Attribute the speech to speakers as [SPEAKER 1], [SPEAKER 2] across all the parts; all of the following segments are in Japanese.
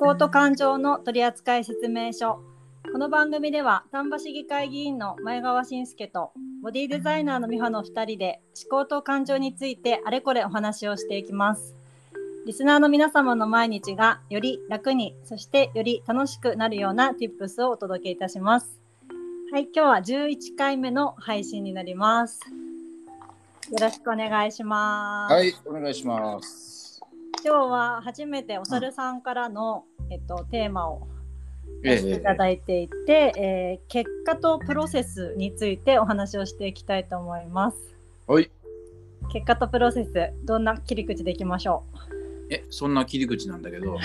[SPEAKER 1] 考と感情の取扱説明書この番組では丹波市議会議員の前川信介とボディデザイナーの美穂の2人で思考と感情についてあれこれお話をしていきますリスナーの皆様の毎日がより楽にそしてより楽しくなるような Tips をお届けいたしますはい今日は11回目の配信になりますよろしくお願いします、
[SPEAKER 2] はい、お願いします。
[SPEAKER 1] 今日は初めてお猿さんからの、えっと、テーマを
[SPEAKER 2] え
[SPEAKER 1] いただいていて、えー結果とプロセスについてお話をしていきたいと思います。
[SPEAKER 2] はい。
[SPEAKER 1] 結果とプロセス、どんな切り口でいきましょ
[SPEAKER 2] え、そんな切り口なんだ けど、
[SPEAKER 1] う。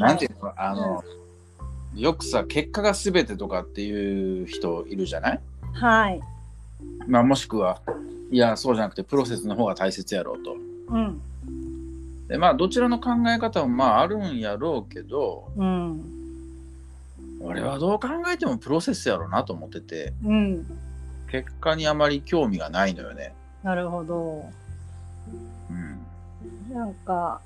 [SPEAKER 2] なんていうの、あの、よくさ、結果が全てとかっていう人いるじゃない
[SPEAKER 1] はい。
[SPEAKER 2] まあ、もしくは、いや、そうじゃなくて、プロセスの方が大切やろうと。
[SPEAKER 1] うん。
[SPEAKER 2] で、まあ、どちらの考え方もまあ、あるんやろうけど、
[SPEAKER 1] うん。
[SPEAKER 2] 俺はどう考えてもプロセスやろうなと思ってて、
[SPEAKER 1] うん。
[SPEAKER 2] 結果にあまり興味がないのよね。
[SPEAKER 1] なるほど。
[SPEAKER 2] うん。
[SPEAKER 1] なんか、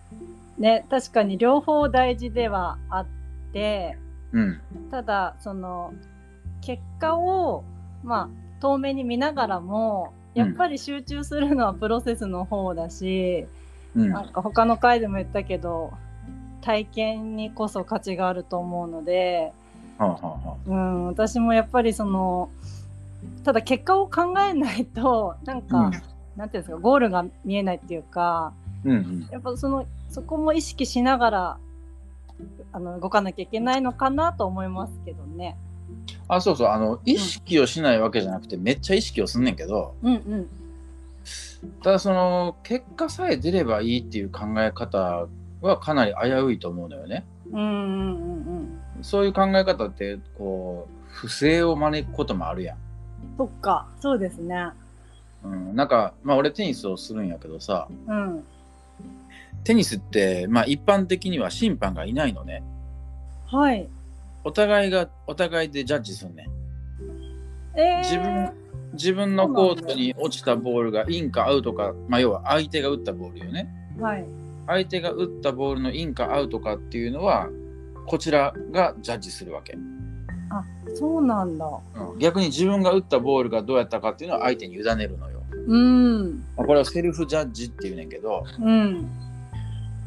[SPEAKER 1] ね、確かに両方大事ではあって、
[SPEAKER 2] うん。
[SPEAKER 1] ただ、その、結果を、まあ、遠目に見ながらも、やっぱり集中するのはプロセスの方だし、
[SPEAKER 2] うん。
[SPEAKER 1] なんか他の回でも言ったけど体験にこそ価値があると思うので、
[SPEAKER 2] はあはあは
[SPEAKER 1] うん、私もやっぱりそのただ結果を考えないとなんか、
[SPEAKER 2] うん
[SPEAKER 1] なんていうんですかゴールが見えないっていうか
[SPEAKER 2] あうんうん。
[SPEAKER 1] やっぱそのそこも意識しながらあの動かなきゃいけないのかなと思いますけどね。
[SPEAKER 2] あ、そうそう、あの、意識をしないわけじゃなくて、めっちゃ意識をすんねんけど、
[SPEAKER 1] うんうん
[SPEAKER 2] ただその結果さえ出ればいいっていう考え方はかなり危ういと思うのよね。
[SPEAKER 1] うんうんうん
[SPEAKER 2] そういう考え方ってこう不正を招くこともあるやん。
[SPEAKER 1] うん。そっかそうですね。
[SPEAKER 2] うん、なんか、まあ、俺テニスをするんやけどさ
[SPEAKER 1] うん
[SPEAKER 2] テニスって、まあ、一般的には審判がいないのね
[SPEAKER 1] はい。
[SPEAKER 2] お互いがお互いでジャッジすんねん
[SPEAKER 1] えー、
[SPEAKER 2] 自分自分のコートに落ちたボールがインかアウトか、まあ、要は相手が打ったボールよね
[SPEAKER 1] はい。
[SPEAKER 2] 相手が打ったボールのインかアウトかっていうのはこちらがジャッジするわけ
[SPEAKER 1] そうなんだ。
[SPEAKER 2] 逆に自分が打ったボールがどうやったかっていうのは相手に委ねるのよ。
[SPEAKER 1] うん
[SPEAKER 2] まあこれはセルフジャッジっていうねんけど、
[SPEAKER 1] うん。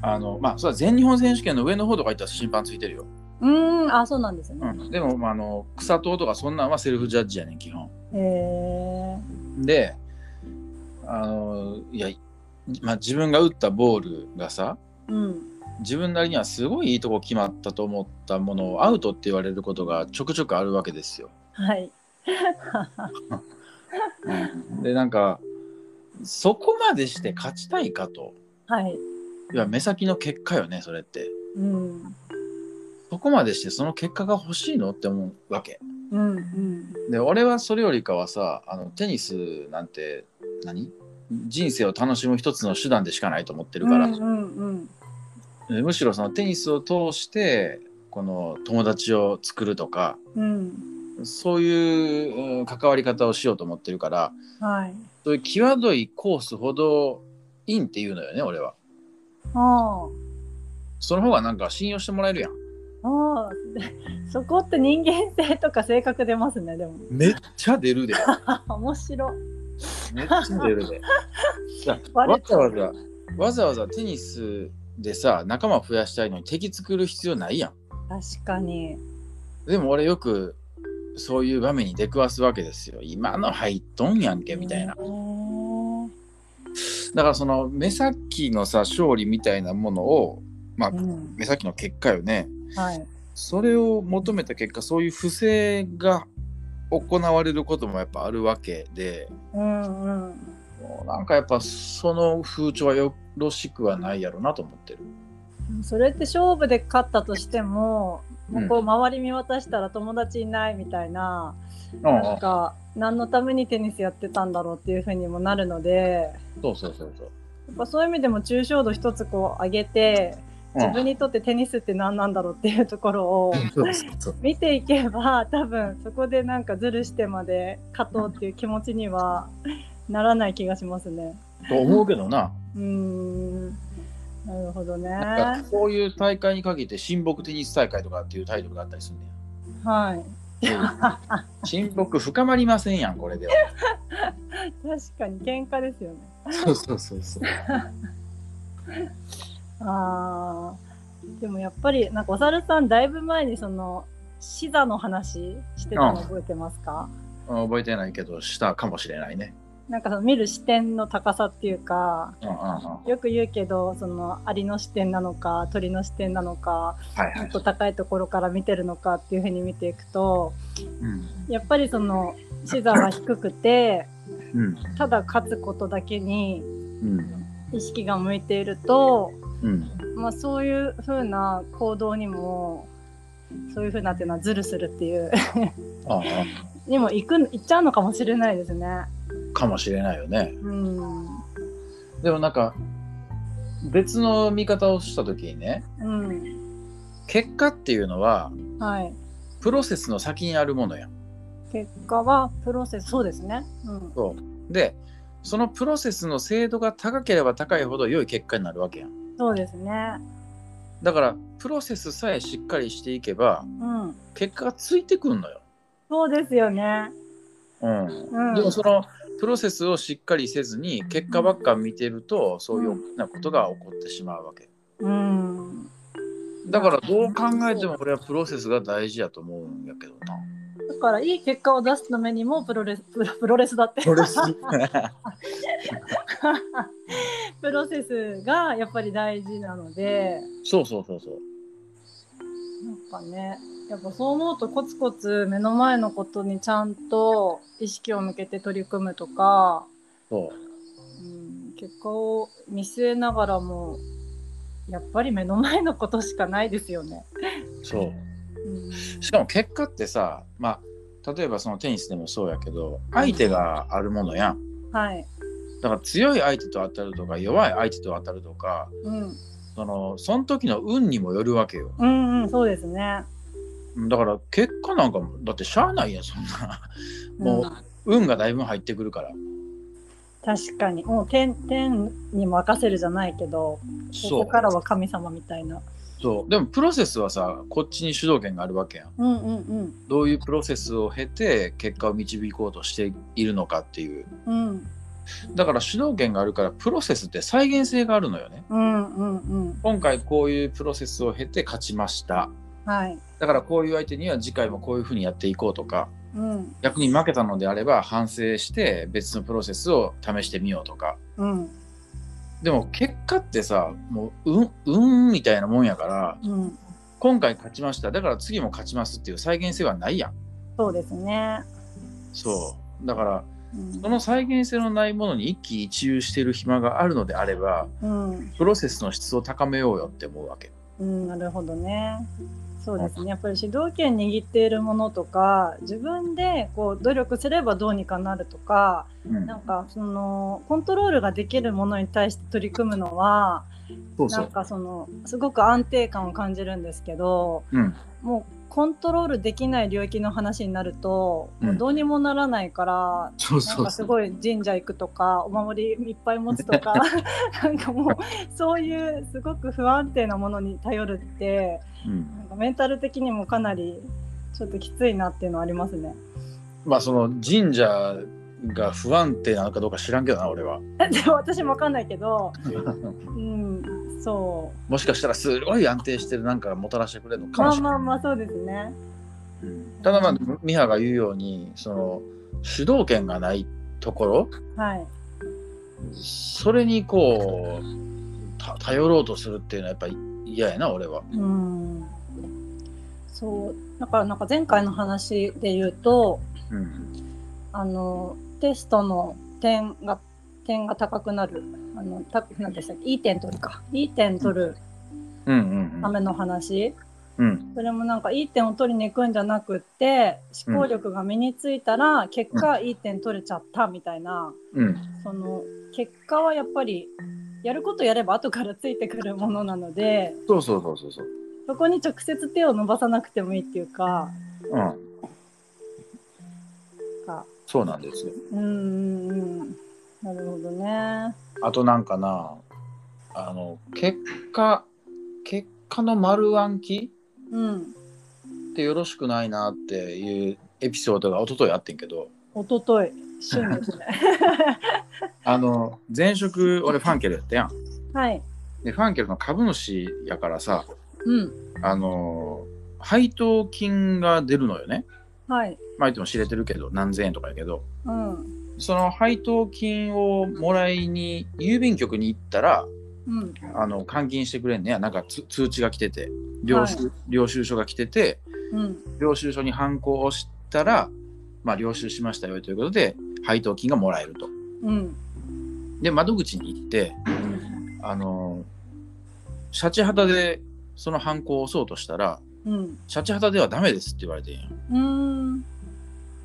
[SPEAKER 2] あのまあ、それは全日本選手権の上の方とか行ったら審判ついてるよ。
[SPEAKER 1] うーん、あ、そうなんですね。
[SPEAKER 2] うん、でも、まあ、あの草藤とかそんなんはセルフジャッジやねん、基本。
[SPEAKER 1] へえ。
[SPEAKER 2] で、あのいや、まあ、自分が打ったボールがさ、
[SPEAKER 1] うん。
[SPEAKER 2] 自分なりにはすごいいいとこ決まったと思ったものをアウトって言われることがちょくちょくあるわけですよ。
[SPEAKER 1] はい。
[SPEAKER 2] で、なんか、そこまでして勝ちたいかと。
[SPEAKER 1] はい。
[SPEAKER 2] いや目先の結果よねそれって
[SPEAKER 1] うん。
[SPEAKER 2] そこまでしてその結果が欲しいのって思うわけ
[SPEAKER 1] うん。うん。
[SPEAKER 2] で俺はそれよりかはさあのテニスなんて何人生を楽しむ一つの手段でしかないと思ってるから、
[SPEAKER 1] うん。うん。
[SPEAKER 2] えむしろそのテニスを通してこの友達を作るとか
[SPEAKER 1] うん。
[SPEAKER 2] そういううん関わり方をしようと思ってるから
[SPEAKER 1] はい。
[SPEAKER 2] そういう際どいコースほどインっていうのよね俺は
[SPEAKER 1] あ
[SPEAKER 2] その方がなんか信用してもらえるやん
[SPEAKER 1] あ。ああ。そこって人間性とか性格出ますね、でも。
[SPEAKER 2] めっちゃ 出るで
[SPEAKER 1] あ、面白い。
[SPEAKER 2] めっちゃ出るで。
[SPEAKER 1] 割
[SPEAKER 2] わ
[SPEAKER 1] れち
[SPEAKER 2] ざ
[SPEAKER 1] ゃう
[SPEAKER 2] わざ、わざわざテニスでさ、仲間増やしたいのに敵作る必要ないや
[SPEAKER 1] 確かに。
[SPEAKER 2] ん。でも俺よく、そういう場面に出くわすわけですよ。今の入っとんやんけ、みたいな。
[SPEAKER 1] へー
[SPEAKER 2] だからその、目先のさ、勝利みたいなものを、まあ
[SPEAKER 1] う、ん。
[SPEAKER 2] 目先の結果よね。
[SPEAKER 1] はい。
[SPEAKER 2] それを求めた結果、そういう不正が行われることもやっぱあるわけで、
[SPEAKER 1] うん。うん。
[SPEAKER 2] なんかやっぱその風潮はよろしくはないやろなと思ってる。
[SPEAKER 1] それって勝負で勝ったとしても、もうこう周り見渡したら友達いないみたいな、なんか何のためにテニスやってたんだろうっていうふうにもなるので
[SPEAKER 2] そうそうそうそう。
[SPEAKER 1] やっぱそういう意味でも抽象度一つこう上げて
[SPEAKER 2] う
[SPEAKER 1] 自分にとってテニスって何なんだろうっていうところを
[SPEAKER 2] ん、そうそうそう
[SPEAKER 1] 見ていけば多分そこでなんかズルしてまで勝とうっていう気持ちにはならない気がしますね。
[SPEAKER 2] と思うけどな。
[SPEAKER 1] うーんなるほどね。
[SPEAKER 2] なんかこういう大会に限って親睦テニス大会とかっていうタイトルがあったりするんだよ。
[SPEAKER 1] はい。
[SPEAKER 2] 親睦深まりませんやんこれでは。
[SPEAKER 1] 確かに喧嘩ですよね。
[SPEAKER 2] そうそうそうそう。
[SPEAKER 1] あーでもやっぱりなんかお猿さんだいぶ前にその死座の話してたの覚えてますか、
[SPEAKER 2] あ覚えてないけどしたかもしれないね。
[SPEAKER 1] なんかその見る視点の高さっていうか
[SPEAKER 2] うんうんうん。は
[SPEAKER 1] よく言うけどそのアリの視点なのか鳥の視点なのか
[SPEAKER 2] いは
[SPEAKER 1] もっ
[SPEAKER 2] い。
[SPEAKER 1] と高いところから見てるのかっていうふうに見ていくと
[SPEAKER 2] うん
[SPEAKER 1] やっぱりその死座は低くて
[SPEAKER 2] うん
[SPEAKER 1] ただ勝つことだけに
[SPEAKER 2] うん
[SPEAKER 1] 意識が向いていると
[SPEAKER 2] うん。
[SPEAKER 1] まあ、そういうふうな行動にもそういうふうなっていうのはズルするっていう
[SPEAKER 2] ああ
[SPEAKER 1] にも行く行っちゃうのかもしれないですね。
[SPEAKER 2] かもしれないよね。
[SPEAKER 1] うん、
[SPEAKER 2] でもなんか別の見方をした時にね
[SPEAKER 1] うん、
[SPEAKER 2] 結果っていうのは
[SPEAKER 1] はい。
[SPEAKER 2] プロセスの先にあるものやん。
[SPEAKER 1] 結果はプロセスそうですね。うん、
[SPEAKER 2] そうでそのプロセスの精度が高ければ高いほど良い結果になるわけやん。
[SPEAKER 1] そうですね。
[SPEAKER 2] だからプロセスさえしっかりしていけば
[SPEAKER 1] うん、
[SPEAKER 2] 結果がついてくんのよ。
[SPEAKER 1] そうですよね。
[SPEAKER 2] うん
[SPEAKER 1] うん、
[SPEAKER 2] でもそのプロセスをしっかりせずに結果ばっか見てるとそういう大きなことが起こってしまうわけ。
[SPEAKER 1] うん、
[SPEAKER 2] だからどう考えてもこれはプロセスが大事やと思うんやけどな。
[SPEAKER 1] だからいい結果を出すためにもプロレス プロプロレスだって
[SPEAKER 2] プロセス
[SPEAKER 1] プロセスがやっぱり大事なので。
[SPEAKER 2] そうそうそうそう。
[SPEAKER 1] なんかね、やっぱそう思うとコツコツ目の前のことにちゃんと意識を向けて取り組むとか、
[SPEAKER 2] そう
[SPEAKER 1] うん、結果を見据えながらも、やっぱり目の前のことしかないですよね。
[SPEAKER 2] そう
[SPEAKER 1] うん、
[SPEAKER 2] しかも結果ってさ、まあ、例えばそのテニスでもそうやけど相手があるものやん
[SPEAKER 1] はい。
[SPEAKER 2] だから強い相手と当たるとか弱い相手と当たるとか
[SPEAKER 1] うん。
[SPEAKER 2] そのその時の運にもよるわけよ
[SPEAKER 1] うんうん、そうですね。
[SPEAKER 2] だから結果なんかもだってしゃあないやんそんな も
[SPEAKER 1] うん
[SPEAKER 2] う運がだいぶ入ってくるから
[SPEAKER 1] 確かに。もう天、天に任せるじゃないけど、ここからは神様みたいな。
[SPEAKER 2] そうでもプロセスはさこっちに主導権があるわけやん
[SPEAKER 1] うんうんうん。
[SPEAKER 2] どういうプロセスを経て結果を導こうとしているのかっていう
[SPEAKER 1] うん
[SPEAKER 2] だから主導権があるからプロセスって再現性があるのよね
[SPEAKER 1] うんうんうん。
[SPEAKER 2] 今回こういうプロセスを経て勝ちました
[SPEAKER 1] はい。
[SPEAKER 2] だからこういう相手には次回もこういうふうにやっていこうとか
[SPEAKER 1] うん
[SPEAKER 2] 逆に負けたのであれば反省して別のプロセスを試してみようとか
[SPEAKER 1] うん
[SPEAKER 2] でも結果ってさもう運運みたいなもんやから
[SPEAKER 1] うん。
[SPEAKER 2] 今回勝ちましただから次も勝ちますっていう再現性はないやん
[SPEAKER 1] そうですね。
[SPEAKER 2] そうだから
[SPEAKER 1] うん
[SPEAKER 2] その再現性のないものに一喜一憂してる暇があるのであれば
[SPEAKER 1] うん、
[SPEAKER 2] プロセスの質を高めようよって思うわけ
[SPEAKER 1] うん、なるほどね。そうですね。やっぱり主導権握っているものとか、自分でこう努力すればどうにかなるとか、
[SPEAKER 2] うん
[SPEAKER 1] なんかそのコントロールができるものに対して取り組むのは、
[SPEAKER 2] そうそ
[SPEAKER 1] なん
[SPEAKER 2] う
[SPEAKER 1] かそのすごく安定感を感じるんですけど、
[SPEAKER 2] うん
[SPEAKER 1] もうコントロールできない領域の話になると、
[SPEAKER 2] うん
[SPEAKER 1] もうどうにもならないから、
[SPEAKER 2] そう
[SPEAKER 1] な
[SPEAKER 2] そ
[SPEAKER 1] ん
[SPEAKER 2] う
[SPEAKER 1] か
[SPEAKER 2] そ
[SPEAKER 1] す
[SPEAKER 2] う
[SPEAKER 1] ごい神社行くとかお守りいっぱい持つ とかなんかもうそういうすごく不安定なものに頼るって
[SPEAKER 2] うん
[SPEAKER 1] なんかメンタル的にもかなりちょっときついなっていうのはありますね。
[SPEAKER 2] まあその神社が不安定なのかどうか知らんけどな俺は
[SPEAKER 1] でも私もわかんないけど、うん、そ
[SPEAKER 2] もしかしたらすごい安定してるなんかがもたらしてくれるの
[SPEAKER 1] う
[SPEAKER 2] か
[SPEAKER 1] まあ
[SPEAKER 2] もしれない、
[SPEAKER 1] まあまあそうですね。
[SPEAKER 2] うんただまあ美波が言うようにその主導権がないところ
[SPEAKER 1] はい、
[SPEAKER 2] それにこうた頼ろうとするっていうのはやっぱり嫌やな俺は
[SPEAKER 1] うんそうだからなんか前回の話で言うと
[SPEAKER 2] うん
[SPEAKER 1] あのテストの点が点が高くなるあのたなんでしたっけいい点取るかいい点取る
[SPEAKER 2] うん
[SPEAKER 1] ための話、
[SPEAKER 2] うんうん
[SPEAKER 1] それもなんかいい点を取りに行くんじゃなくって思考力が身についたら結果いい点取れちゃったみたいな、
[SPEAKER 2] うん
[SPEAKER 1] その結果はやっぱりやることやれば後からついてくるものなので
[SPEAKER 2] そうそうそうそうそう
[SPEAKER 1] そこに直接手を伸ばさなくてもいいっていうか
[SPEAKER 2] うん
[SPEAKER 1] か
[SPEAKER 2] そうなんですよ
[SPEAKER 1] うんうんうんなるほどね
[SPEAKER 2] あとなんかなあの結果結果の丸暗記
[SPEAKER 1] うん。
[SPEAKER 2] ってよろしくないなっていうエピソードが一昨日あってんけど
[SPEAKER 1] 一昨 日旬ですね。
[SPEAKER 2] あの前職俺ファンケルやったやん
[SPEAKER 1] はい。
[SPEAKER 2] でファンケルの株主やからさ
[SPEAKER 1] うん。
[SPEAKER 2] あの配当金が出るのよね
[SPEAKER 1] はい。
[SPEAKER 2] まあ言っても知れてるけど何千円とかやけど
[SPEAKER 1] うん。
[SPEAKER 2] その配当金をもらいに郵便局に行ったら
[SPEAKER 1] うん。
[SPEAKER 2] あの換金してくれんねやなんかつ通知が来てて領収,、
[SPEAKER 1] は
[SPEAKER 2] 領収書が来てて
[SPEAKER 1] うん。
[SPEAKER 2] 領収書に反抗をしたら、まあ、領収しましたよということで配当金がもらえると。
[SPEAKER 1] うん。
[SPEAKER 2] で窓口に行ってあのシャチハタでその反抗を押そうとしたら
[SPEAKER 1] うん。
[SPEAKER 2] シャチハタではダメですって言われてんや
[SPEAKER 1] うん。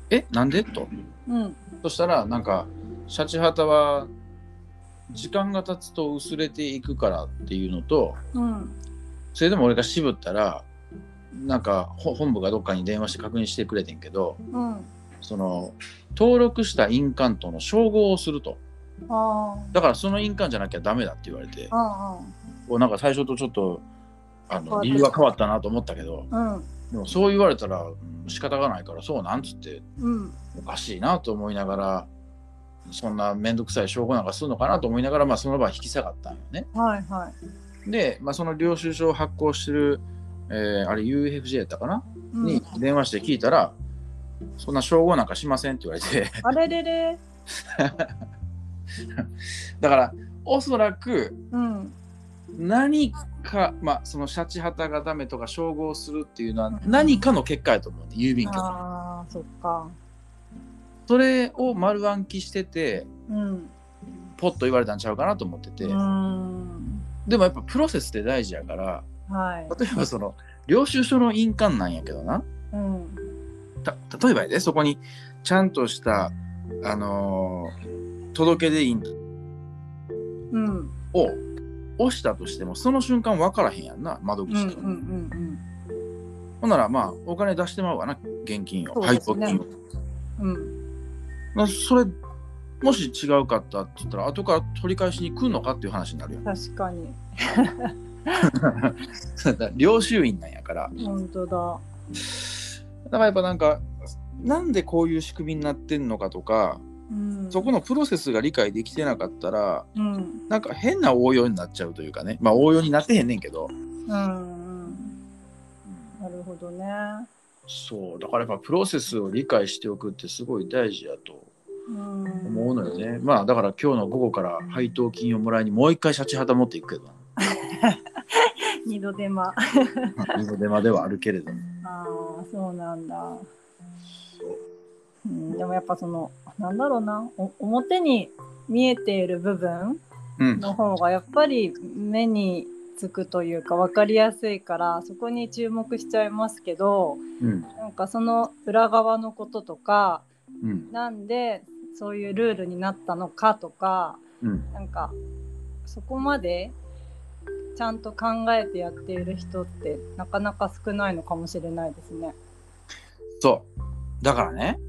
[SPEAKER 2] えなんでと
[SPEAKER 1] うん。
[SPEAKER 2] そしたらなんかシャチハタは時間が経つと薄れていくからっていうのと
[SPEAKER 1] うん。
[SPEAKER 2] それでも俺が渋ったらなんかほ本部がどっかに電話して確認してくれてんけど
[SPEAKER 1] うん。
[SPEAKER 2] その登録した印鑑との照合をすると
[SPEAKER 1] あ
[SPEAKER 2] だからその印鑑じゃなきゃダメだって言われて
[SPEAKER 1] あ。あ
[SPEAKER 2] おなんか最初とちょっとあ
[SPEAKER 1] 変わ
[SPEAKER 2] の
[SPEAKER 1] って
[SPEAKER 2] 理
[SPEAKER 1] る
[SPEAKER 2] 由が変わったなと思ったけど
[SPEAKER 1] あ。うん。
[SPEAKER 2] でもそう言われたらうん仕方がないからそうなんつって
[SPEAKER 1] うん。
[SPEAKER 2] おかしいなと思いながらそんな面倒くさい証拠なんかするのかなと思いながら、まあ、その場は引き下がったんよね。
[SPEAKER 1] はいはい。
[SPEAKER 2] で、まあ、その領収書を発行してる、えーあれ UFJ やったかな
[SPEAKER 1] うん
[SPEAKER 2] に電話して聞いたら、そんな称号なんかしませんって言われて、
[SPEAKER 1] あれれれ。
[SPEAKER 2] だから、おそらく
[SPEAKER 1] うん。
[SPEAKER 2] 何か、まあ、そのシャチハタがダメとか称号するっていうのは
[SPEAKER 1] うん
[SPEAKER 2] 何かの結果やと思うね、郵便局。
[SPEAKER 1] ああ、そっか。
[SPEAKER 2] それを丸暗記してて、
[SPEAKER 1] うん。
[SPEAKER 2] ポッと言われたんちゃうかなと思ってて、
[SPEAKER 1] うん。
[SPEAKER 2] でもやっぱプロセスって大事やから、
[SPEAKER 1] はい。
[SPEAKER 2] 例えばその、領収書の印鑑なんやけどな、
[SPEAKER 1] うん。
[SPEAKER 2] た例えばやで、そこにちゃんとした、あのー届け出印
[SPEAKER 1] うん。
[SPEAKER 2] を押したとしてもその瞬間分からへんやんな窓
[SPEAKER 1] う
[SPEAKER 2] 口
[SPEAKER 1] ん。うん。
[SPEAKER 2] で、
[SPEAKER 1] うん。うん。
[SPEAKER 2] ほんならまあお金出してまうわな現金
[SPEAKER 1] そ
[SPEAKER 2] を
[SPEAKER 1] うで
[SPEAKER 2] 配
[SPEAKER 1] す
[SPEAKER 2] 当
[SPEAKER 1] ね
[SPEAKER 2] 金を
[SPEAKER 1] うん。
[SPEAKER 2] なそれもし違うかったって言ったら後から取り返しに来んのかっていう話になるや
[SPEAKER 1] 確かに。
[SPEAKER 2] ん 領収印なんやから
[SPEAKER 1] 本当だ。
[SPEAKER 2] だからやっぱなんかなんでこういう仕組みになってんのかとか
[SPEAKER 1] うん。
[SPEAKER 2] そこのプロセスが理解できてなかったら
[SPEAKER 1] うん。
[SPEAKER 2] なんか変な応用になっちゃうというかねまあ応用になってへんねんけど
[SPEAKER 1] うん。うん。なるほどね。
[SPEAKER 2] そうだからやっぱプロセスを理解しておくってすごい大事やと
[SPEAKER 1] うん。
[SPEAKER 2] 思うのよね。まあだから今日の午後から配当金をもらいにもう一回シャチハタ持っていくけど
[SPEAKER 1] 二度手間。あ
[SPEAKER 2] な。二度手間ではあるけれども。
[SPEAKER 1] あー、そうなんだ。うん、でもやっぱその、なんだろうな、お表に見えている部分
[SPEAKER 2] うん。
[SPEAKER 1] の方がやっぱり目につくというか分かりやすいから、そこに注目しちゃいますけど、
[SPEAKER 2] うん。
[SPEAKER 1] なんかその裏側のこととか、
[SPEAKER 2] うん。
[SPEAKER 1] なんでそういうルールになったのかとか、
[SPEAKER 2] うん。
[SPEAKER 1] なんかそこまでちゃんと考えてやっている人ってなかなか少ないのかもしれないですね。
[SPEAKER 2] そう。だからね、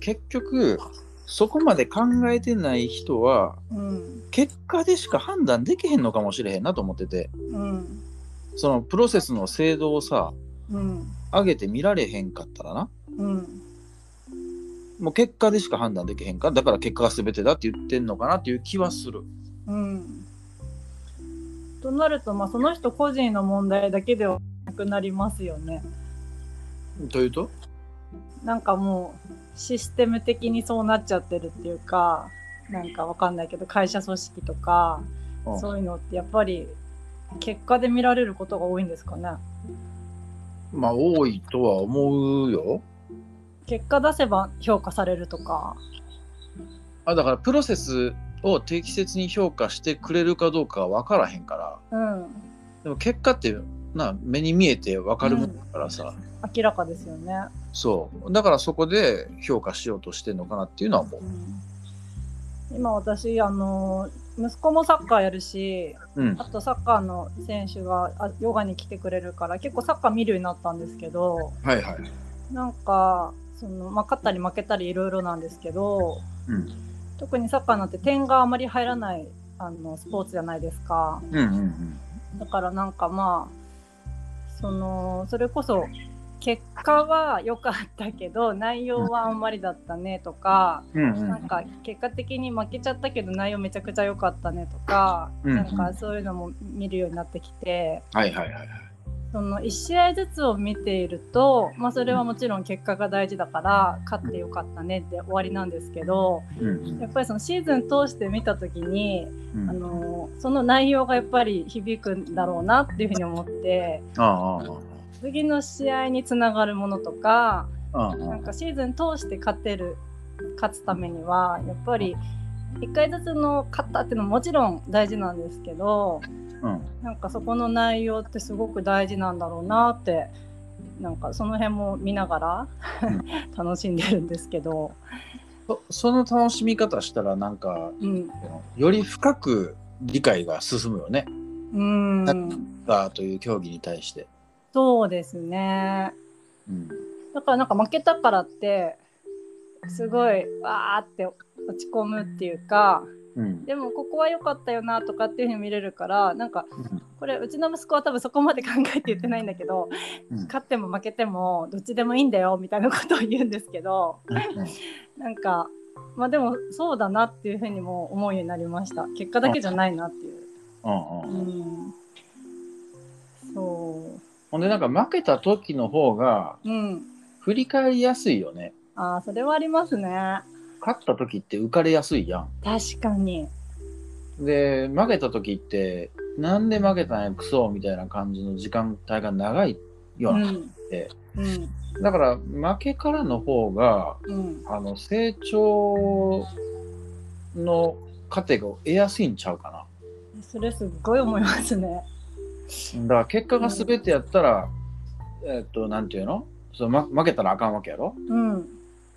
[SPEAKER 2] 結局、そこまで考えてない人は、
[SPEAKER 1] うん、
[SPEAKER 2] 結果でしか判断できへんのかもしれへんなと思ってて、
[SPEAKER 1] うん、
[SPEAKER 2] そのプロセスの精度をさ、
[SPEAKER 1] うん、
[SPEAKER 2] 上げて見られへんかったらな、
[SPEAKER 1] うん。
[SPEAKER 2] もう結果でしか判断できへんから、だから結果が全てだって言ってんのかなっていう気はする。
[SPEAKER 1] うんとなると、まあ、その人個人の問題だけではなくなりますよね。
[SPEAKER 2] というと
[SPEAKER 1] なんかもうシステム的にそうなっちゃってるっていうかなんかわかんないけど会社組織とか
[SPEAKER 2] うん
[SPEAKER 1] そういうのってやっぱり結果で見られることが多いんですかね。
[SPEAKER 2] まあ多いとは思うよ。
[SPEAKER 1] 結果出せば評価されるとか。
[SPEAKER 2] あだからプロセスを適切に評価してくれるかどうかは分からへんから
[SPEAKER 1] うん、
[SPEAKER 2] でも結果ってな目に見えて分かるもんだからさ、
[SPEAKER 1] 明らかですよね。
[SPEAKER 2] そうだからそこで評価しようとしてんのかなっていうのはも
[SPEAKER 1] 今私あの息子もサッカーやるし
[SPEAKER 2] う、うん
[SPEAKER 1] あ、とサッカーの選手があヨガに来てくれるから結構サッカー見るようになったんですけど
[SPEAKER 2] はいはい、
[SPEAKER 1] なんかその、まあ、勝ったり負けたりいろいろなんですけど
[SPEAKER 2] うん、
[SPEAKER 1] 特にサッカーなんて点があまり入らないあのスポーツじゃないですか。
[SPEAKER 2] うんうんうん
[SPEAKER 1] だからなんかまあそのそれこそ結果は良かったけど内容はあんまりだったねとか、
[SPEAKER 2] うんうん
[SPEAKER 1] なんか結果的に負けちゃったけど内容めちゃくちゃ良かったねとか、
[SPEAKER 2] うん
[SPEAKER 1] なんかそういうのも見るようになってきて
[SPEAKER 2] はいはいはいはい
[SPEAKER 1] その1試合ずつを見ていると、まあ、それはもちろん結果が大事だから勝って良かったねって終わりなんですけど
[SPEAKER 2] うん
[SPEAKER 1] やっぱりそのシーズン通して見た時に
[SPEAKER 2] うん
[SPEAKER 1] あ
[SPEAKER 2] うん
[SPEAKER 1] のその内容がやっぱり響くんだろうなっていうふうに思って
[SPEAKER 2] あああ
[SPEAKER 1] 次の試合につながるものとか
[SPEAKER 2] あああ
[SPEAKER 1] なんかシーズン通して勝てる勝つためにはやっぱり1回ずつの勝ったっていうのももちろん大事なんですけど
[SPEAKER 2] うん
[SPEAKER 1] なんかそこの内容ってすごく大事なんだろうなってなんかその辺も見ながら 楽しんでるんですけど、
[SPEAKER 2] そその楽しみ方したらなんか
[SPEAKER 1] うん、
[SPEAKER 2] より深く理解が進むよね
[SPEAKER 1] うん
[SPEAKER 2] がという競技に対して、
[SPEAKER 1] そうですね。
[SPEAKER 2] うん、
[SPEAKER 1] だからなんか負けたからってすごいわーって落ち込むっていうか
[SPEAKER 2] うん
[SPEAKER 1] でもここは良かったよなとかっていうふうに見れるからなんか
[SPEAKER 2] うん
[SPEAKER 1] これうちの息子は多分そこまで考えて言ってないんだけど、
[SPEAKER 2] うん
[SPEAKER 1] 勝っても負けてもどっちでもいいんだよみたいなことを言うんですけどなんかまあでもそうだなっていうふうにも思うようになりました結果だけじゃないなっていう。
[SPEAKER 2] うんうん
[SPEAKER 1] うん、そ
[SPEAKER 2] ほんでなんか負けた時の方が
[SPEAKER 1] う、うん、
[SPEAKER 2] 振り返りやすいよね
[SPEAKER 1] ああそれはありますね
[SPEAKER 2] 勝った時って浮かれやすいやん
[SPEAKER 1] 確かに。
[SPEAKER 2] で負けた時ってなんで負けたんやクソみたいな感じの時間帯が長いような、て
[SPEAKER 1] うんうん
[SPEAKER 2] だから負けからの方が
[SPEAKER 1] うん、
[SPEAKER 2] あの成長の過程を得やすいんちゃうか
[SPEAKER 1] それすっごい思いますね。
[SPEAKER 2] なだから結果が全てやったら、えっとなんていうのその、ま、負けたらあかんわけやろ
[SPEAKER 1] うん、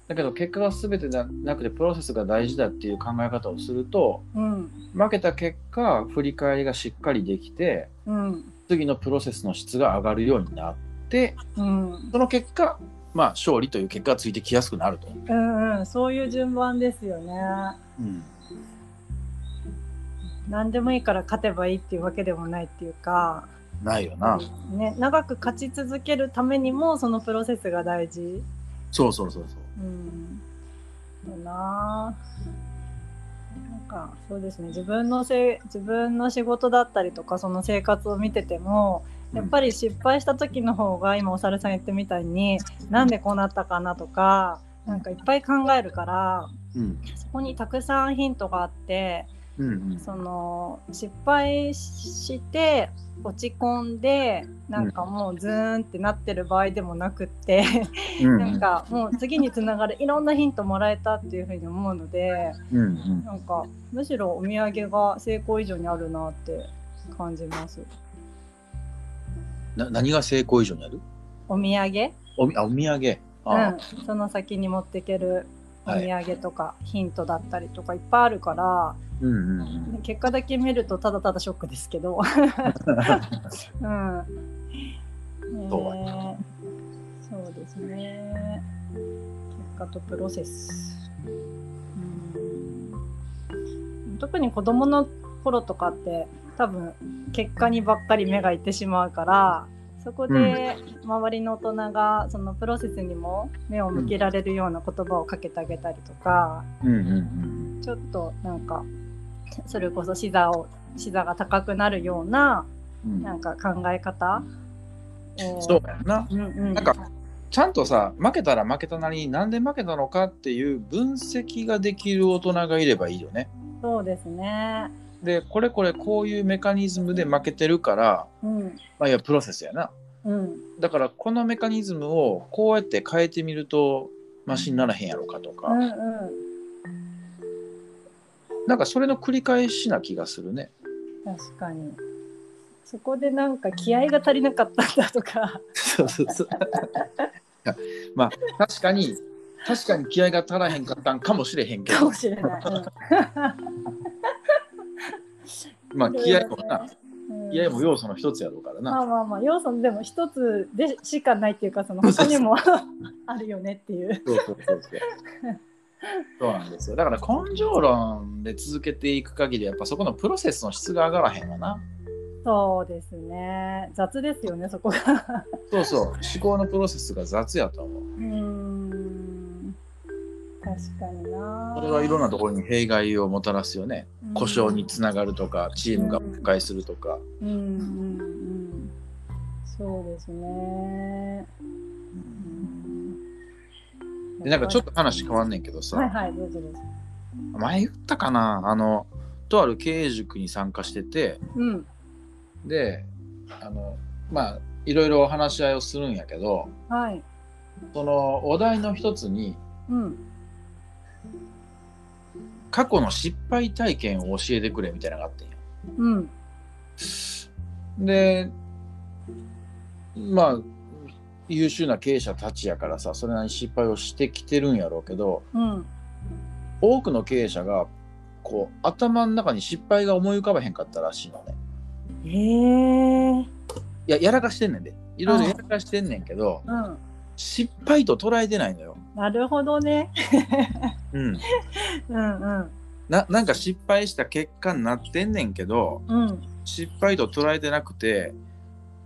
[SPEAKER 2] だけど結果が全てじゃなくてプロセスが大事だっていう考え方をすると
[SPEAKER 1] うん、
[SPEAKER 2] 負けた結果振り返りがしっかりできて
[SPEAKER 1] うん、
[SPEAKER 2] 次のプロセスの質が上がるようになって
[SPEAKER 1] うん、
[SPEAKER 2] その結果まあ勝利という結果がついてきやすくなると。
[SPEAKER 1] うん、うん、そういう順番ですよね。
[SPEAKER 2] うん
[SPEAKER 1] 何でもいいから勝てばいいっていうわけでもないっていうか、
[SPEAKER 2] ないよな。
[SPEAKER 1] ね、長く勝ち続けるためにもそのプロセスが大事。
[SPEAKER 2] そうそうそうそう。
[SPEAKER 1] うん、だなあ。なんかそうですね自分のせい自分の仕事だったりとかその生活を見ててもやっぱり失敗した時の方が今お猿さん言ってみたいになんでこうなったかなとかなんかいっぱい考えるから
[SPEAKER 2] うん
[SPEAKER 1] そこにたくさんヒントがあって
[SPEAKER 2] うんうん
[SPEAKER 1] その失敗して落ち込んでなんかもうズーンってなってる場合でもなくって
[SPEAKER 2] うん
[SPEAKER 1] なんかもう次につながるいろんなヒントもらえたっていうふうに思うので
[SPEAKER 2] うんうん
[SPEAKER 1] なんかむしろお土産が成功以上にあるなって感じます。
[SPEAKER 2] な何が成功以上にある
[SPEAKER 1] お土産
[SPEAKER 2] おみあお土産。あー
[SPEAKER 1] うん、その先に持っていけるお土産とかヒントだったりとかいっぱいあるから、
[SPEAKER 2] うんうんうん
[SPEAKER 1] 結果だけ見るとただただショックですけど。うんねえ
[SPEAKER 2] そう
[SPEAKER 1] そうですね。結果とプロセス。うん、特に子供の頃とかって多分結果にばっかり目がいってしまうからそこで周りの大人がそのプロセスにも目を向けられるような言葉をかけてあげたりとか、
[SPEAKER 2] うんうんうん
[SPEAKER 1] ちょっとなんかそれこそ視座を視座が高くなるような
[SPEAKER 2] うん
[SPEAKER 1] なんか考え方を
[SPEAKER 2] そうやな。
[SPEAKER 1] うんうん、
[SPEAKER 2] なんかちゃんとさ負けたら負けたなりになんで負けたのかっていう分析ができる大人がいればいいよね。
[SPEAKER 1] そうですね。
[SPEAKER 2] でこれこれこういうメカニズムで負けてるから、
[SPEAKER 1] うん
[SPEAKER 2] まあ、いやプロセスやな
[SPEAKER 1] うん
[SPEAKER 2] だからこのメカニズムをこうやって変えてみるとマシにならへんやろかとか、
[SPEAKER 1] うん
[SPEAKER 2] なんかそれの繰り返しな気がするね。
[SPEAKER 1] うん確かに。そこでなんか気合が足りなかったんだとか。
[SPEAKER 2] そうそう そうまあ確かに確かに気合が足らへんかったんかもしれへんけ
[SPEAKER 1] か
[SPEAKER 2] ど
[SPEAKER 1] も、しれない。
[SPEAKER 2] まあ、気合もな
[SPEAKER 1] うん
[SPEAKER 2] 気合も要素の一つやろうから
[SPEAKER 1] ま
[SPEAKER 2] な。
[SPEAKER 1] あまあまあ要素でも一つでしかないっていうかその
[SPEAKER 2] そうそ
[SPEAKER 1] 他
[SPEAKER 2] うそう
[SPEAKER 1] にもあるよねっていう。
[SPEAKER 2] そうそうそうそうそうなんですよだから根性論で続けていく限りやっぱそこのプロセスの質が上がらへんわな
[SPEAKER 1] そうですね。雑ですよね、そこが。
[SPEAKER 2] そうそう思考のプロセスが雑やと思う
[SPEAKER 1] うーん。確かにな。
[SPEAKER 2] それはいろんなところに弊害をもたらすよね故障につながるとかチームが崩壊するとか、
[SPEAKER 1] うんうんうん。そうですね。
[SPEAKER 2] でなんかちょっ
[SPEAKER 1] と。
[SPEAKER 2] と話変わんねんけどさ、
[SPEAKER 1] はいはい、どうぞどうぞ。
[SPEAKER 2] 前言ったかなあのとある経営塾に参加してて
[SPEAKER 1] うん。
[SPEAKER 2] であのまあいろいろお話し合いをするんやけど
[SPEAKER 1] はい。
[SPEAKER 2] そのお題の一つに
[SPEAKER 1] うん。
[SPEAKER 2] 過去の失敗体験を教えてくれみたいなのがあってんや
[SPEAKER 1] うん。
[SPEAKER 2] でまあ優秀な経営者たちやからさそれなりに失敗をしてきてるんやろうけど
[SPEAKER 1] うん。
[SPEAKER 2] 多くの経営者がこう頭の中に失敗が思い浮かばへんかったらしいのね
[SPEAKER 1] へえ。
[SPEAKER 2] いややらかしてんねんでいろいろやらかしてんねんけど
[SPEAKER 1] うん。
[SPEAKER 2] 失敗と捉えてないのよ、
[SPEAKER 1] なるほどね。
[SPEAKER 2] うん、
[SPEAKER 1] うんうん。
[SPEAKER 2] ななんか失敗した結果になってんねんけど
[SPEAKER 1] うん。
[SPEAKER 2] 失敗と捉えてなくて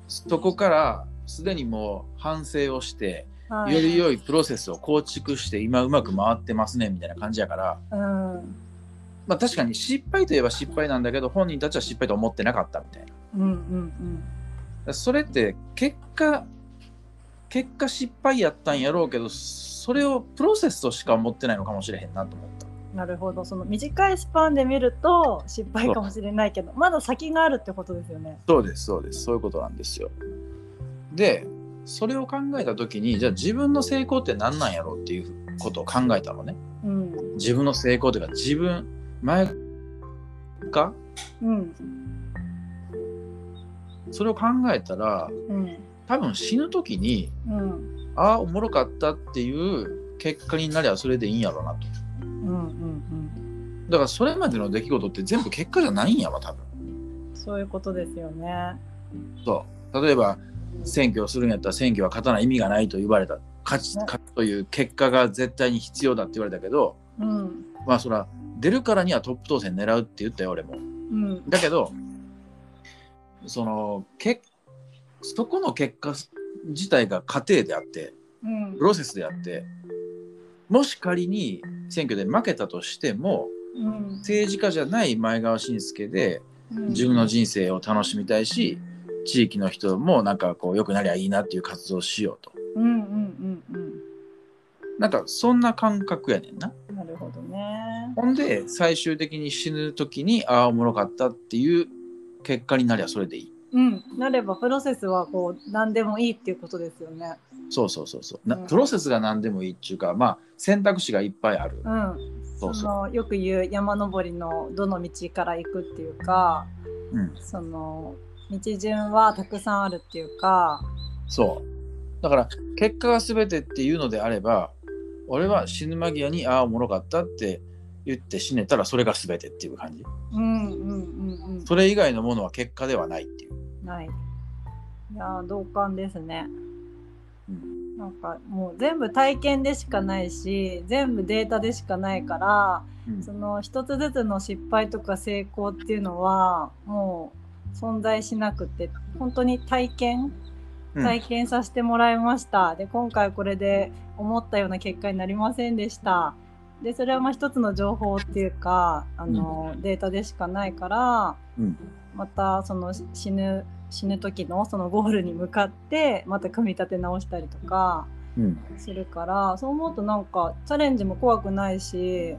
[SPEAKER 2] そこからすでにもう反省をして
[SPEAKER 1] は
[SPEAKER 2] より良いプロセスを構築して今うまく回ってますねみたいな感じやから、
[SPEAKER 1] うん。
[SPEAKER 2] まあ、確かに失敗といえば失敗なんだけど本人たちは失敗と思ってなかったみたいなだか
[SPEAKER 1] うんうん
[SPEAKER 2] らそれって結果結果失敗やったんやろうけどそれをプロセスとしか思ってないのかもしれへんなと思った
[SPEAKER 1] うん。なるほど。その短いスパンで見ると失敗かもしれないけど、まだ先があるってことですよね。
[SPEAKER 2] そうですそうですそういうことなんですよでそれを考えた時にじゃあ自分の成功って何なんやろうっていうことを考えたのね
[SPEAKER 1] うん。
[SPEAKER 2] 自分の成功というか自分前か
[SPEAKER 1] うん。
[SPEAKER 2] それを考えたら
[SPEAKER 1] うん。
[SPEAKER 2] 多分死ぬ時に
[SPEAKER 1] うん。
[SPEAKER 2] ああおもろかったっていう結果になりゃそれでいいんやろうなと
[SPEAKER 1] うん。うん。
[SPEAKER 2] だからそれまでの出来事って全部結果じゃないんやわ多分
[SPEAKER 1] うん。そういうことですよね。
[SPEAKER 2] そう例えば選挙をするんやったら選挙は勝たない意味がないと言われた勝ち勝つという結果が絶対に必要だって言われたけど
[SPEAKER 1] うん。
[SPEAKER 2] まあそら出るからにはトップ当選狙うって言ったよ俺も
[SPEAKER 1] うん。
[SPEAKER 2] だけどそのけそこの結果自体が過程であって
[SPEAKER 1] うん
[SPEAKER 2] プ。ロセスであってもし仮に選挙で負けたとしても
[SPEAKER 1] うん。
[SPEAKER 2] 政治家じゃない前川慎介で
[SPEAKER 1] うん
[SPEAKER 2] 自分の人生を楽しみたいし地域の人もなんかこう良くなりゃいいなっていう活動をしようと
[SPEAKER 1] うん。うん。うん。
[SPEAKER 2] なんかそんな感覚やねんな
[SPEAKER 1] うん。なるほどね。
[SPEAKER 2] ほんで最終的に死ぬ時にああおもろかったっていう結果になりゃそれでいい
[SPEAKER 1] うん。なればプロセスはこう何でもいいっていうことですよね。
[SPEAKER 2] そうそうそうそうな
[SPEAKER 1] うん
[SPEAKER 2] プロセスが何でもいいっていうかまあ選択肢がいっぱいある
[SPEAKER 1] うん。
[SPEAKER 2] そうそう
[SPEAKER 1] のよく言う山登りのどの道から行くっていうか。
[SPEAKER 2] うん
[SPEAKER 1] その道順はたくさんあるっていうか、
[SPEAKER 2] そうだから結果が全てっていうのであれば俺は死ぬ間際にああおもろかったって言って死ねたらそれが全てっていう感じ
[SPEAKER 1] うんうんうん
[SPEAKER 2] それ以外のものは結果ではないっていう
[SPEAKER 1] うん、ない。いやー同感ですね
[SPEAKER 2] う。
[SPEAKER 1] なんかもう全部体験でしかないし全部データでしかないから
[SPEAKER 2] うん
[SPEAKER 1] その一つずつの失敗とか成功っていうのはもう存在しなくて本当に体験
[SPEAKER 2] うん
[SPEAKER 1] 体験させてもらいました、で今回これで思ったような結果になりませんでしたでそれはまあ一つの情報っていうかあの、データでしかないから、
[SPEAKER 2] うん
[SPEAKER 1] またその死ぬ死ぬ時のそのゴールに向かってまた組み立て直したりとか
[SPEAKER 2] うん、
[SPEAKER 1] するからそう思うとなんかチャレンジも怖くないし、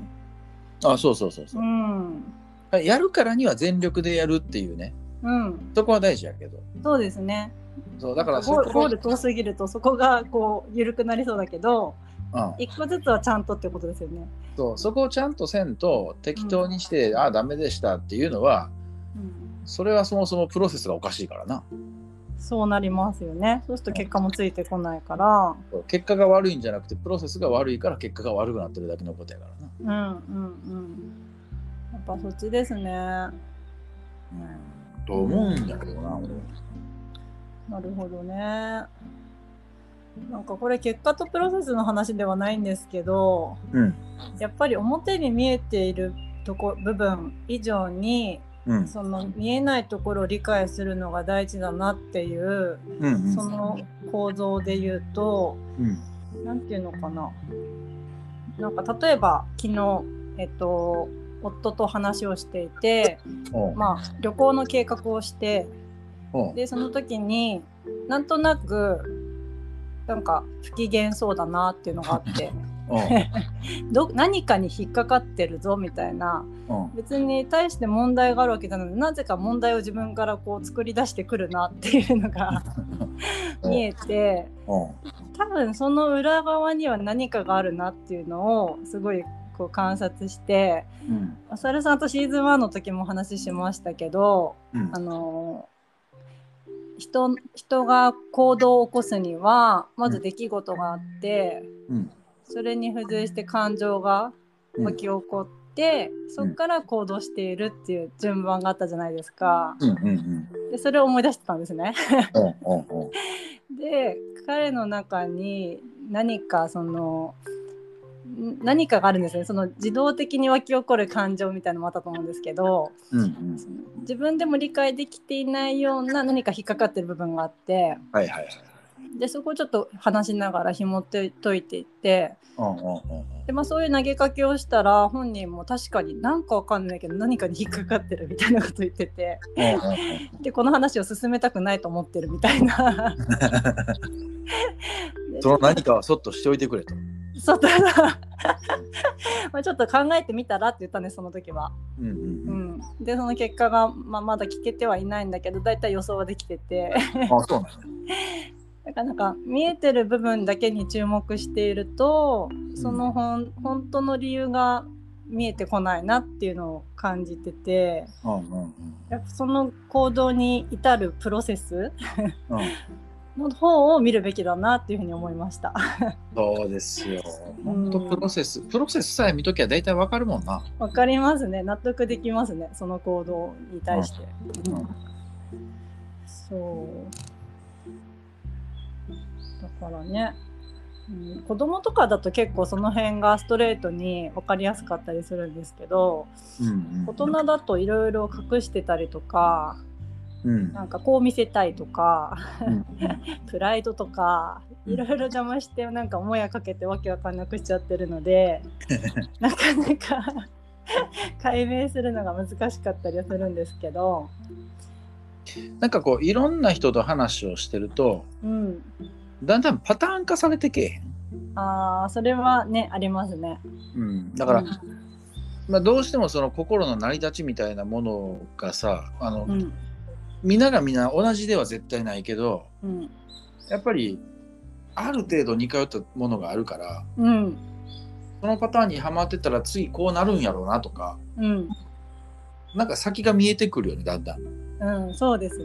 [SPEAKER 2] あそうそうそう
[SPEAKER 1] う
[SPEAKER 2] そう、
[SPEAKER 1] ん、
[SPEAKER 2] やるからには全力でやるっていうね
[SPEAKER 1] うん、
[SPEAKER 2] そこは大事やけど
[SPEAKER 1] そうですね
[SPEAKER 2] そうだからそ
[SPEAKER 1] ゴール
[SPEAKER 2] こ
[SPEAKER 1] ゴール遠すぎるとそこがこう緩くなりそうだけど
[SPEAKER 2] うん、
[SPEAKER 1] 一個ずつはちゃんとってことですよね。
[SPEAKER 2] そうそこをちゃんとせんと適当にして、ああダメでしたっていうのは
[SPEAKER 1] うん
[SPEAKER 2] それはそもそもプロセスがおかしいからな
[SPEAKER 1] そうなりますよね。そうすると結果もついてこないから。
[SPEAKER 2] そう結果が悪いんじゃなくてプロセスが悪いから結果が悪くなってるだけのことやからな、
[SPEAKER 1] うんうんうん。やっぱそっちですね。な
[SPEAKER 2] と思うんだけどな俺は
[SPEAKER 1] るほどね。なんかこれ結果とプロセスの話ではないんですけど
[SPEAKER 2] うん
[SPEAKER 1] やっぱり表に見えているとこ部分以上に
[SPEAKER 2] うん
[SPEAKER 1] その見えないところを理解するのが大事だなっていう
[SPEAKER 2] うんうん
[SPEAKER 1] その構造で言うと
[SPEAKER 2] うん
[SPEAKER 1] 何て言うのかななんか例えば昨日えっと夫と話をしていて、
[SPEAKER 2] おう
[SPEAKER 1] まあ、旅行の計画をして
[SPEAKER 2] おう
[SPEAKER 1] でその時になんとなくなんか不機嫌そうだなっていうのがあって
[SPEAKER 2] おう
[SPEAKER 1] ど何かに引っかかってるぞみたいな
[SPEAKER 2] おう
[SPEAKER 1] 別に対して問題があるわけじゃないのでなぜか問題を自分からこう作り出してくるなっていうのが見えて
[SPEAKER 2] おう
[SPEAKER 1] 多分その裏側には何かがあるなっていうのをすごいこう観察して
[SPEAKER 2] うん
[SPEAKER 1] お猿さんとシーズン1の時もお話ししましたけど
[SPEAKER 2] うん
[SPEAKER 1] あの人人が行動を起こすにはまず出来事があって、
[SPEAKER 2] うん
[SPEAKER 1] それに付随して感情が
[SPEAKER 2] うん
[SPEAKER 1] 巻き起こって、そこから行動しているっていう順番があったじゃないですか。
[SPEAKER 2] うんうんうん
[SPEAKER 1] でそれを思い出してたんですね。
[SPEAKER 2] おうおうおう
[SPEAKER 1] で彼の中に何かそのん何かがあるんですねその自動的に湧き起こる感情みたいなのもあったと思うんですけど
[SPEAKER 2] うんうん
[SPEAKER 1] 自分でも理解できていないような何か引っかかってる部分があって
[SPEAKER 2] はいはいはい
[SPEAKER 1] でそこをちょっと話しながら紐解いていって
[SPEAKER 2] おうおうおう
[SPEAKER 1] で、まあ、そういう投げかけをしたら本人も確かになんかわかんないけど何かに引っかかってるみたいなこと言ってて
[SPEAKER 2] おうおうおう
[SPEAKER 1] でこの話を進めたくないと思ってるみたいな。で
[SPEAKER 2] その何かはそっとしておいてくれと。
[SPEAKER 1] そうだなまあちょっと考えてみたらって言ったねその時は。
[SPEAKER 2] うん
[SPEAKER 1] う
[SPEAKER 2] うんうん
[SPEAKER 1] ん、でその結果が、まあ、まだ聞けてはいないんだけどだいたい予想はできてて
[SPEAKER 2] あそうなんだ
[SPEAKER 1] なかなか見えてる部分だけに注目しているとそのほん本当の理由が見えてこないなっていうのを感じてて
[SPEAKER 2] うんうんうん
[SPEAKER 1] やっぱその行動に至るプロセス
[SPEAKER 2] うん
[SPEAKER 1] の方を見るべきだなっていうふうに思いました。
[SPEAKER 2] そうですよ。
[SPEAKER 1] うん
[SPEAKER 2] 本当プロセス、プロセスさえ見ときゃ大体わかるもんな。
[SPEAKER 1] わかりますね納得できますねその行動に対して。
[SPEAKER 2] うん
[SPEAKER 1] うんそうだからね、うん、子供とかだと結構その辺がストレートに分かりやすかったりするんですけど
[SPEAKER 2] うんうん
[SPEAKER 1] 大人だといろいろ隠してたりとか
[SPEAKER 2] うんうん
[SPEAKER 1] なんかこう見せたいとか
[SPEAKER 2] うん
[SPEAKER 1] プライドとかいろいろ邪魔してなんかもやかけてわけわかんなくしちゃってるの でなかなか 解明するのが難しかったりはするんですけど、
[SPEAKER 2] なんかこういろんな人と話をしてると、
[SPEAKER 1] うん、
[SPEAKER 2] だんだんパターン化されてけえへん。
[SPEAKER 1] ああそれはねありますね。
[SPEAKER 2] うん、だから、
[SPEAKER 1] う
[SPEAKER 2] まあ、どうしてもその心の成り立ちみたいなものがさあの、
[SPEAKER 1] ん
[SPEAKER 2] 皆が皆同じでは絶対ないけど
[SPEAKER 1] うん
[SPEAKER 2] やっぱりある程度似通ったものがあるから
[SPEAKER 1] うん
[SPEAKER 2] そのパターンにはまってたら次こうなるんやろうなとか
[SPEAKER 1] うん
[SPEAKER 2] なんか先が見えてくるよねだんだん。
[SPEAKER 1] うんそうですね。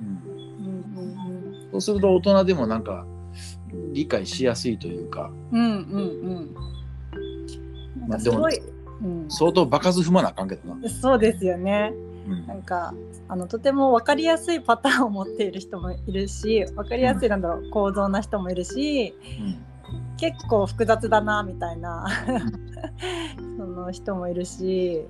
[SPEAKER 2] うん
[SPEAKER 1] うん
[SPEAKER 2] そうすると大人でもなんか理解しやすいというか、
[SPEAKER 1] うんうんうんうん。なん
[SPEAKER 2] ま
[SPEAKER 1] か
[SPEAKER 2] あですも
[SPEAKER 1] ごい、うん、
[SPEAKER 2] 相当場数踏まなあかんけどな。
[SPEAKER 1] そうですよね。
[SPEAKER 2] うん
[SPEAKER 1] なんかあのとても分かりやすいパターンを持っている人もいるし分かりやすいなんだろう構造な人もいるし結構複雑だなみたいなその人もいるし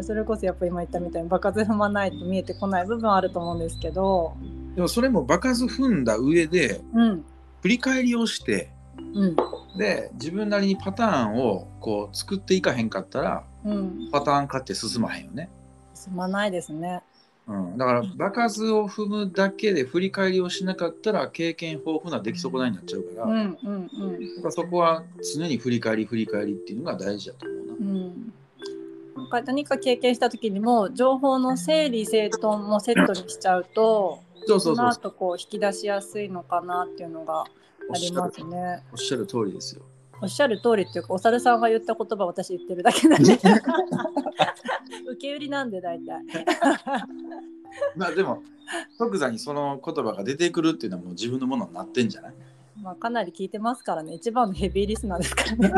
[SPEAKER 1] それこそやっぱ今言ったみたいに場数踏まないと見えてこない部分はあると思うんですけど
[SPEAKER 2] でもそれも場数踏んだ上で
[SPEAKER 1] うん
[SPEAKER 2] 振り返りをして
[SPEAKER 1] うん
[SPEAKER 2] で自分なりにパターンをこう作っていかへんかったら
[SPEAKER 1] うん
[SPEAKER 2] パターン化って進まへんよね。
[SPEAKER 1] すまないですね
[SPEAKER 2] うん、だから場数を踏むだけで振り返りをしなかったら経験豊富な出来損ないになっちゃうから、
[SPEAKER 1] う
[SPEAKER 2] やっ
[SPEAKER 1] んうん
[SPEAKER 2] ぱそこは常に振り返り振り返りっていうのが大事だと思うな
[SPEAKER 1] うんう。んなんか何か経験した時にも情報の整理整頓もセットにしちゃうと
[SPEAKER 2] そうそ
[SPEAKER 1] そうの
[SPEAKER 2] そう
[SPEAKER 1] 後こう引き出しやすいのかなっていうのがあ
[SPEAKER 2] おっ
[SPEAKER 1] り
[SPEAKER 2] しゃ
[SPEAKER 1] ま
[SPEAKER 2] る
[SPEAKER 1] すね。
[SPEAKER 2] おっしゃる通りですよ。
[SPEAKER 1] おっしゃる通りっていうか、お猿さんが言った言葉私言ってるだけなん で。受け売りなんで大体。
[SPEAKER 2] まあでも即座にその言葉が出てくるっていうのはもう自分のものになってんじゃない
[SPEAKER 1] まあかなり聞いてますからね。一番のヘビーリスナーですからね。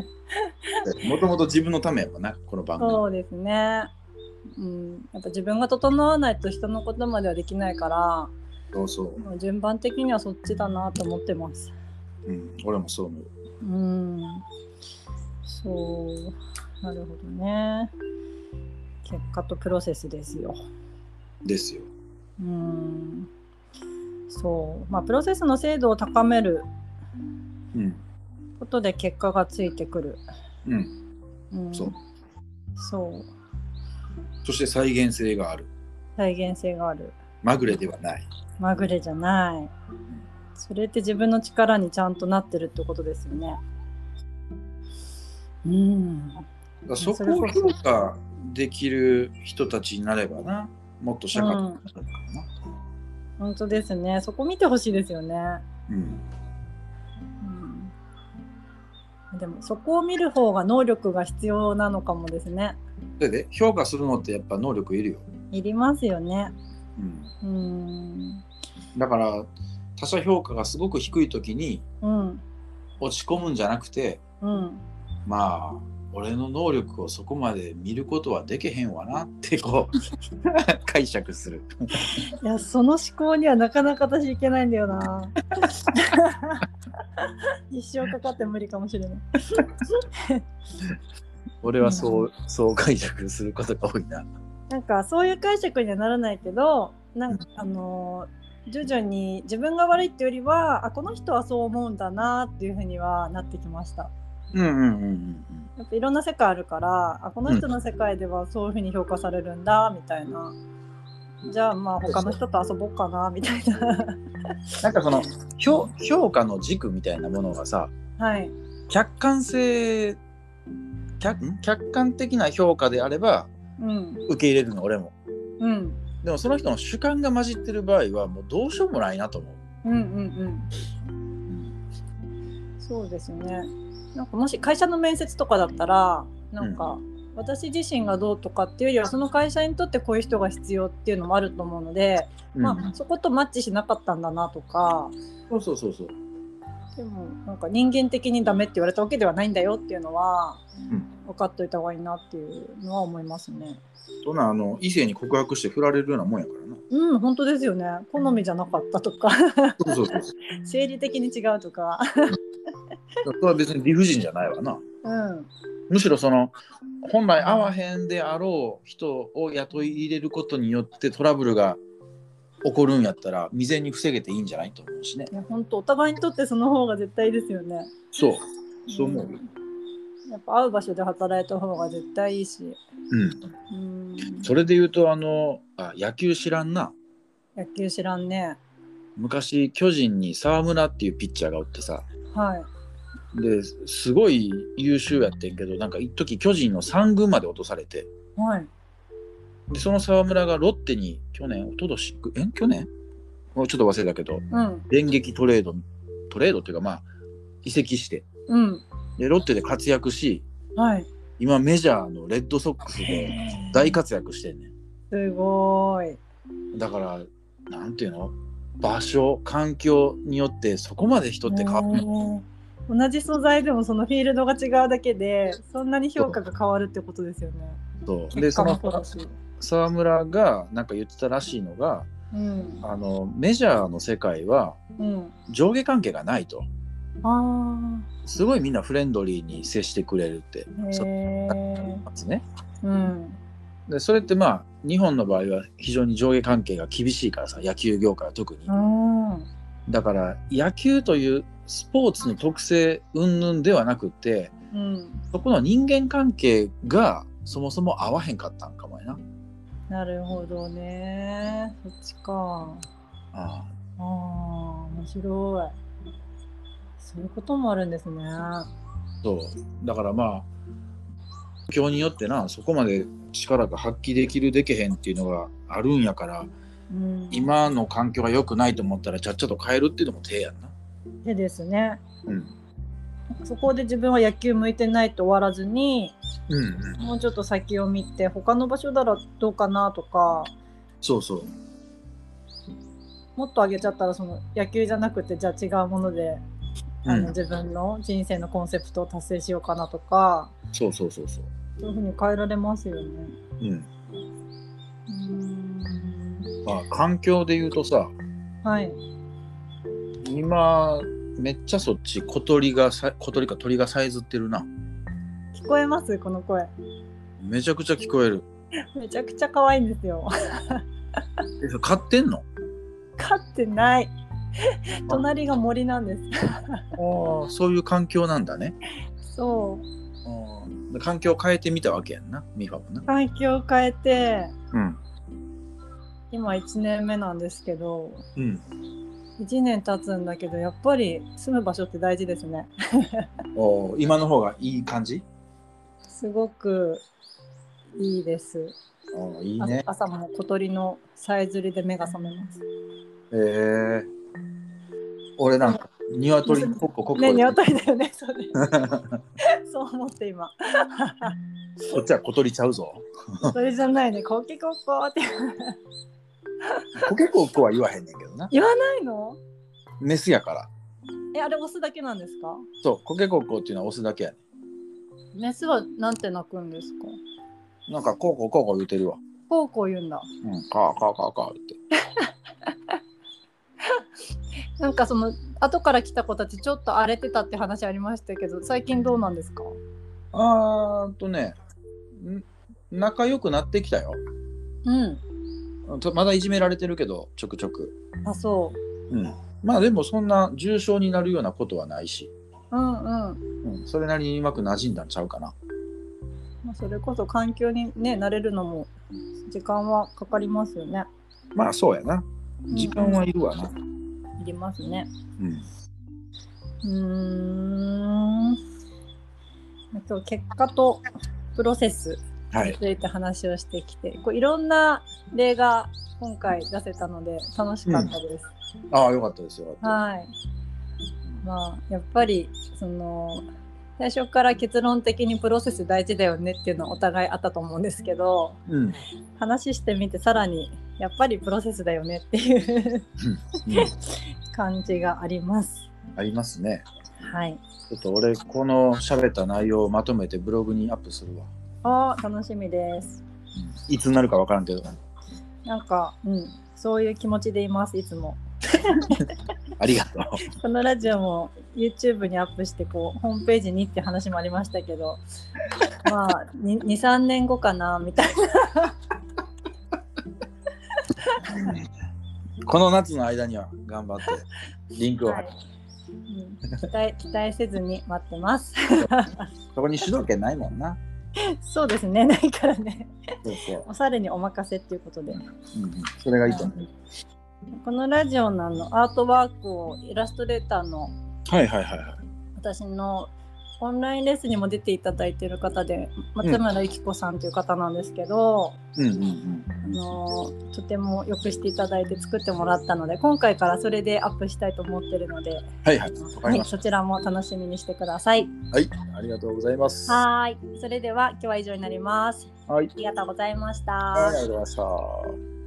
[SPEAKER 2] もともと自分のためやもんなこの番組
[SPEAKER 1] そうですね。うん、やっぱ自分が整わないと人のことまではできないから、
[SPEAKER 2] そうそう、
[SPEAKER 1] もう順番的にはそっちだなと思ってます。
[SPEAKER 2] うん、俺もそう思う
[SPEAKER 1] うん。そう。なるほどね。結果とプロセスですよ。
[SPEAKER 2] ですよ
[SPEAKER 1] うん。そう。まあ、プロセスの精度を高める
[SPEAKER 2] うん
[SPEAKER 1] ことで結果がついてくる。
[SPEAKER 2] うん
[SPEAKER 1] うん、
[SPEAKER 2] そう。
[SPEAKER 1] そう。
[SPEAKER 2] そして再現性がある
[SPEAKER 1] 再現性がある。
[SPEAKER 2] まぐれではない
[SPEAKER 1] まぐれじゃない。それって自分の力にちゃんとなってるってことですよね。うん。
[SPEAKER 2] だからそこを評価できる人たちになればなもっと社会になるからな、
[SPEAKER 1] 本当ですね。そこ見てほしいですよね。
[SPEAKER 2] うん、
[SPEAKER 1] うん。でもそこを見る方が能力が必要なのかもですね。
[SPEAKER 2] それで評価するのってやっぱ能力いるよ、
[SPEAKER 1] いりますよね。
[SPEAKER 2] うん、
[SPEAKER 1] うん。
[SPEAKER 2] だから他者評価がすごく低い時に
[SPEAKER 1] うん。
[SPEAKER 2] 落ち込むんじゃなくて
[SPEAKER 1] うん。
[SPEAKER 2] まあ俺の能力をそこまで見ることはできへんわなってこう 解釈する
[SPEAKER 1] いや、その思考にはなかなか私いけないんだよな。一生かかって無理かもしれない。
[SPEAKER 2] 俺はそう、そう解釈することが多いな
[SPEAKER 1] なんかそういう解釈にはならないけどなんかあのー徐々に自分が悪いってよりはあこの人はそう思うんだなっていうふうにはなってきました
[SPEAKER 2] うんうんうんうん
[SPEAKER 1] やっぱいろんな世界あるからあこの人の世界ではそういうふうに評価されるんだみたいな、じゃあまあ他の人と遊ぼうかなみたいな
[SPEAKER 2] なんかその評評価の軸みたいなものがさ
[SPEAKER 1] はい
[SPEAKER 2] 客観性客ん客観的な評価であれば
[SPEAKER 1] うん
[SPEAKER 2] 受け入れるの俺も
[SPEAKER 1] うん
[SPEAKER 2] でもその人の主観が混じってる場合はもうどうしようもないなと思う
[SPEAKER 1] うんうんうんそうですねなんかもし会社の面接とかだったらなんか、私自身がどうとかっていうよりはその会社にとってこういう人が必要っていうのもあると思うので、
[SPEAKER 2] うん
[SPEAKER 1] まあ、そことマッチしなかったんだなとか
[SPEAKER 2] そうそうそうそう
[SPEAKER 1] でもなんか人間的にダメって言われたわけではないんだよっていうのは
[SPEAKER 2] ん
[SPEAKER 1] 分かっといた方がいいなっていうのは思いますね。
[SPEAKER 2] そんなあの異性に告白して振られるようなもんやからな
[SPEAKER 1] うん本当ですよね好みじゃなかったとか
[SPEAKER 2] そうそうそうそ
[SPEAKER 1] 生理的に違うとか。
[SPEAKER 2] うそれは別に理不尽じゃないわな
[SPEAKER 1] うん
[SPEAKER 2] むしろその本来合わへんであろう人を雇い入れることによってトラブルが起こるんやったら未然に防げていいんじゃないと思うしね
[SPEAKER 1] いや本当お互いにとってその方が絶対いいですよね。
[SPEAKER 2] そうそう思うよ
[SPEAKER 1] んやっぱ会う場所で働いた方が絶対いいし。
[SPEAKER 2] うん
[SPEAKER 1] うん。
[SPEAKER 2] それで言うとあのあ野球知らんな
[SPEAKER 1] 野球知らんね。
[SPEAKER 2] 昔巨人に沢村っていうピッチャーがおってさ
[SPEAKER 1] はい。
[SPEAKER 2] ですごい優秀やってんけどなんか一時巨人の3軍まで落とされて
[SPEAKER 1] はい。
[SPEAKER 2] でその沢村がロッテに去年おととしえ去年もうちょっと忘れたけど
[SPEAKER 1] うん。
[SPEAKER 2] 電撃トレードトレードっていうかまあ移籍して
[SPEAKER 1] うん。
[SPEAKER 2] でロッテで活躍し
[SPEAKER 1] はい。
[SPEAKER 2] 今メジャーのレッドソックスで大活躍してんね
[SPEAKER 1] すごーい。
[SPEAKER 2] んだからなんていうの場所環境によってそこまで人って変わる
[SPEAKER 1] ねえ同じ素材でもそのフィールドが違うだけでそんなに評価が変わるってことですよね。
[SPEAKER 2] そうで
[SPEAKER 1] 結
[SPEAKER 2] そ
[SPEAKER 1] 果も
[SPEAKER 2] の
[SPEAKER 1] そうだし。
[SPEAKER 2] 沢村がなんか言ってたらしいのが
[SPEAKER 1] うん。
[SPEAKER 2] あのメジャーの世界は
[SPEAKER 1] うん。
[SPEAKER 2] 上下関係がないと
[SPEAKER 1] あ
[SPEAKER 2] すごいみんなフレンドリーに接してくれるって
[SPEAKER 1] あ。
[SPEAKER 2] そう
[SPEAKER 1] へえ。
[SPEAKER 2] なんですね
[SPEAKER 1] うん。
[SPEAKER 2] でそれってまあ日本の場合は非常に上下関係が厳しいからさ野球業界は特に
[SPEAKER 1] うん。
[SPEAKER 2] だから野球というスポーツの特性云々ではなくて
[SPEAKER 1] うん。
[SPEAKER 2] そこの人間関係がそもそも合わへんかったんかもやな
[SPEAKER 1] なるほどね。そっちか。
[SPEAKER 2] ああ
[SPEAKER 1] ああ、面白い。そういうこともあるんですね。
[SPEAKER 2] そうだからまあ環境によってなそこまで力が発揮できるでけへんっていうのがあるんやから
[SPEAKER 1] うん、
[SPEAKER 2] 今の環境が良くないと思ったらちゃっちゃと変えるっていうのも手やんな。
[SPEAKER 1] でですね。
[SPEAKER 2] うん
[SPEAKER 1] そこで自分は野球向いてないと終わらずに、
[SPEAKER 2] うんうん、
[SPEAKER 1] もうちょっと先を見て、他の場所ならどうかなとか、
[SPEAKER 2] そうそう
[SPEAKER 1] もっと上げちゃったらその野球じゃなくて、じゃあ違うもので、あ
[SPEAKER 2] うん
[SPEAKER 1] の自分の人生のコンセプトを達成しようかなとか、
[SPEAKER 2] そうそうそうそう。
[SPEAKER 1] そういうふうに変えられますよね。
[SPEAKER 2] うん
[SPEAKER 1] うーん
[SPEAKER 2] まあ、環境で言うとさ
[SPEAKER 1] はい。
[SPEAKER 2] 今めっちゃそっち小鳥がさ小鳥か鳥がさえずってるな
[SPEAKER 1] 聞こえますこの声。
[SPEAKER 2] めちゃくちゃ聞こえる
[SPEAKER 1] めちゃくちゃ可愛いんですよ。
[SPEAKER 2] えそれ飼ってんの
[SPEAKER 1] 飼って ない。隣が森なんです。
[SPEAKER 2] ああそういう環境なんだね
[SPEAKER 1] そう。
[SPEAKER 2] うんで環境を変えてみたわけやんなミファもな
[SPEAKER 1] 環境を変えて、
[SPEAKER 2] うん
[SPEAKER 1] 今1年目なんですけど、
[SPEAKER 2] うん
[SPEAKER 1] 1年経つんだけど、やっぱり住む場所って大事ですね。
[SPEAKER 2] おー今の方がいい感じ
[SPEAKER 1] すごくいいです。
[SPEAKER 2] おーいい
[SPEAKER 1] あ
[SPEAKER 2] ね
[SPEAKER 1] 朝も小鳥のさえずりで目が覚めます。
[SPEAKER 2] えー、俺なんか鶏のコッココッコ
[SPEAKER 1] ね、鶏だよね。 そうです そう思って今。
[SPEAKER 2] こっちは小鳥ちゃうぞ
[SPEAKER 1] それじゃないね。コケコッコーって
[SPEAKER 2] コケコッコは言わへんねんけどな
[SPEAKER 1] 言わないの？
[SPEAKER 2] メスやから
[SPEAKER 1] え、あれオスだけなんですか？
[SPEAKER 2] そうコケコッコっていうのはオスだけやね
[SPEAKER 1] メスはなんて鳴くんですか？
[SPEAKER 2] んなんかコーコーコーコー言うてるわ
[SPEAKER 1] こうこう言うんだ。
[SPEAKER 2] うんカーカーカーカーって
[SPEAKER 1] なんかその後から来た子たちちょっと荒れてたって話ありましたけど、最近どうなんですか？
[SPEAKER 2] あーっとねん仲良くなってきたよ
[SPEAKER 1] うん。
[SPEAKER 2] とまだいじめられてるけどちょくちょく、
[SPEAKER 1] あ、そう。
[SPEAKER 2] うん、まあでもそんな重症になるようなことはないし、
[SPEAKER 1] うんうん。
[SPEAKER 2] うん、それなりにうまく馴染んだんちゃうかな
[SPEAKER 1] まあ、それこそ環境にね慣れるのも時間はかかりますよね。
[SPEAKER 2] まあそうやな時間はいるわな、
[SPEAKER 1] いりますね。
[SPEAKER 2] うん、
[SPEAKER 1] うーん。あと結果とプロセス
[SPEAKER 2] は
[SPEAKER 1] に
[SPEAKER 2] い
[SPEAKER 1] ついて話をしてきて、こういろんな例が今回出せたので楽しかったです。
[SPEAKER 2] ああよかったですよかった
[SPEAKER 1] はい。まあやっぱりその最初から結論的にプロセス大事だよねっていうのはお互いあったと思うんですけど
[SPEAKER 2] うん、うん
[SPEAKER 1] 話してみてさらにやっぱりプロセスだよねっていう感じがあります。
[SPEAKER 2] ありますね
[SPEAKER 1] はい。
[SPEAKER 2] ちょっと俺この喋った内容をまとめてブログにアップするわ、
[SPEAKER 1] あー楽しみです。
[SPEAKER 2] うん、いつになるか分からんけど
[SPEAKER 1] なんか、うん、そういう気持ちでいます、いつも。
[SPEAKER 2] ありがとう
[SPEAKER 1] このラジオも YouTube にアップしてこう、ホームページにって話もありましたけど、まあ、2、3年後かな、みたい
[SPEAKER 2] この夏の間には頑張ってリンクを
[SPEAKER 1] な、
[SPEAKER 2] 貼
[SPEAKER 1] は
[SPEAKER 2] っ
[SPEAKER 1] い
[SPEAKER 2] て、
[SPEAKER 1] うん期待。期待せずに待ってます。
[SPEAKER 2] そこに主導権ないもんな
[SPEAKER 1] そうですね、ないからね。
[SPEAKER 2] そうそう
[SPEAKER 1] おしゃれにお任せっていうことで。
[SPEAKER 2] うんうん、それがいいと思う。
[SPEAKER 1] このラジオのあのアートワークをイラストレーターの
[SPEAKER 2] はいはいはいはい。
[SPEAKER 1] 私のオンラインレッスンにも出ていただいている方で松村由紀子さんという方なんですけど、
[SPEAKER 2] うんうんうん。
[SPEAKER 1] あのとてもよくしていただいて作ってもらったので今回からそれでアップしたいと思ってるので、
[SPEAKER 2] はいはい。か
[SPEAKER 1] は
[SPEAKER 2] り
[SPEAKER 1] い、
[SPEAKER 2] まし
[SPEAKER 1] そちらも楽しみにしてください。
[SPEAKER 2] はい。ありがとうございます。は
[SPEAKER 1] はーい、それでは今日は以上になります。
[SPEAKER 2] い。
[SPEAKER 1] ありがとうございました。
[SPEAKER 2] ありがとうございました。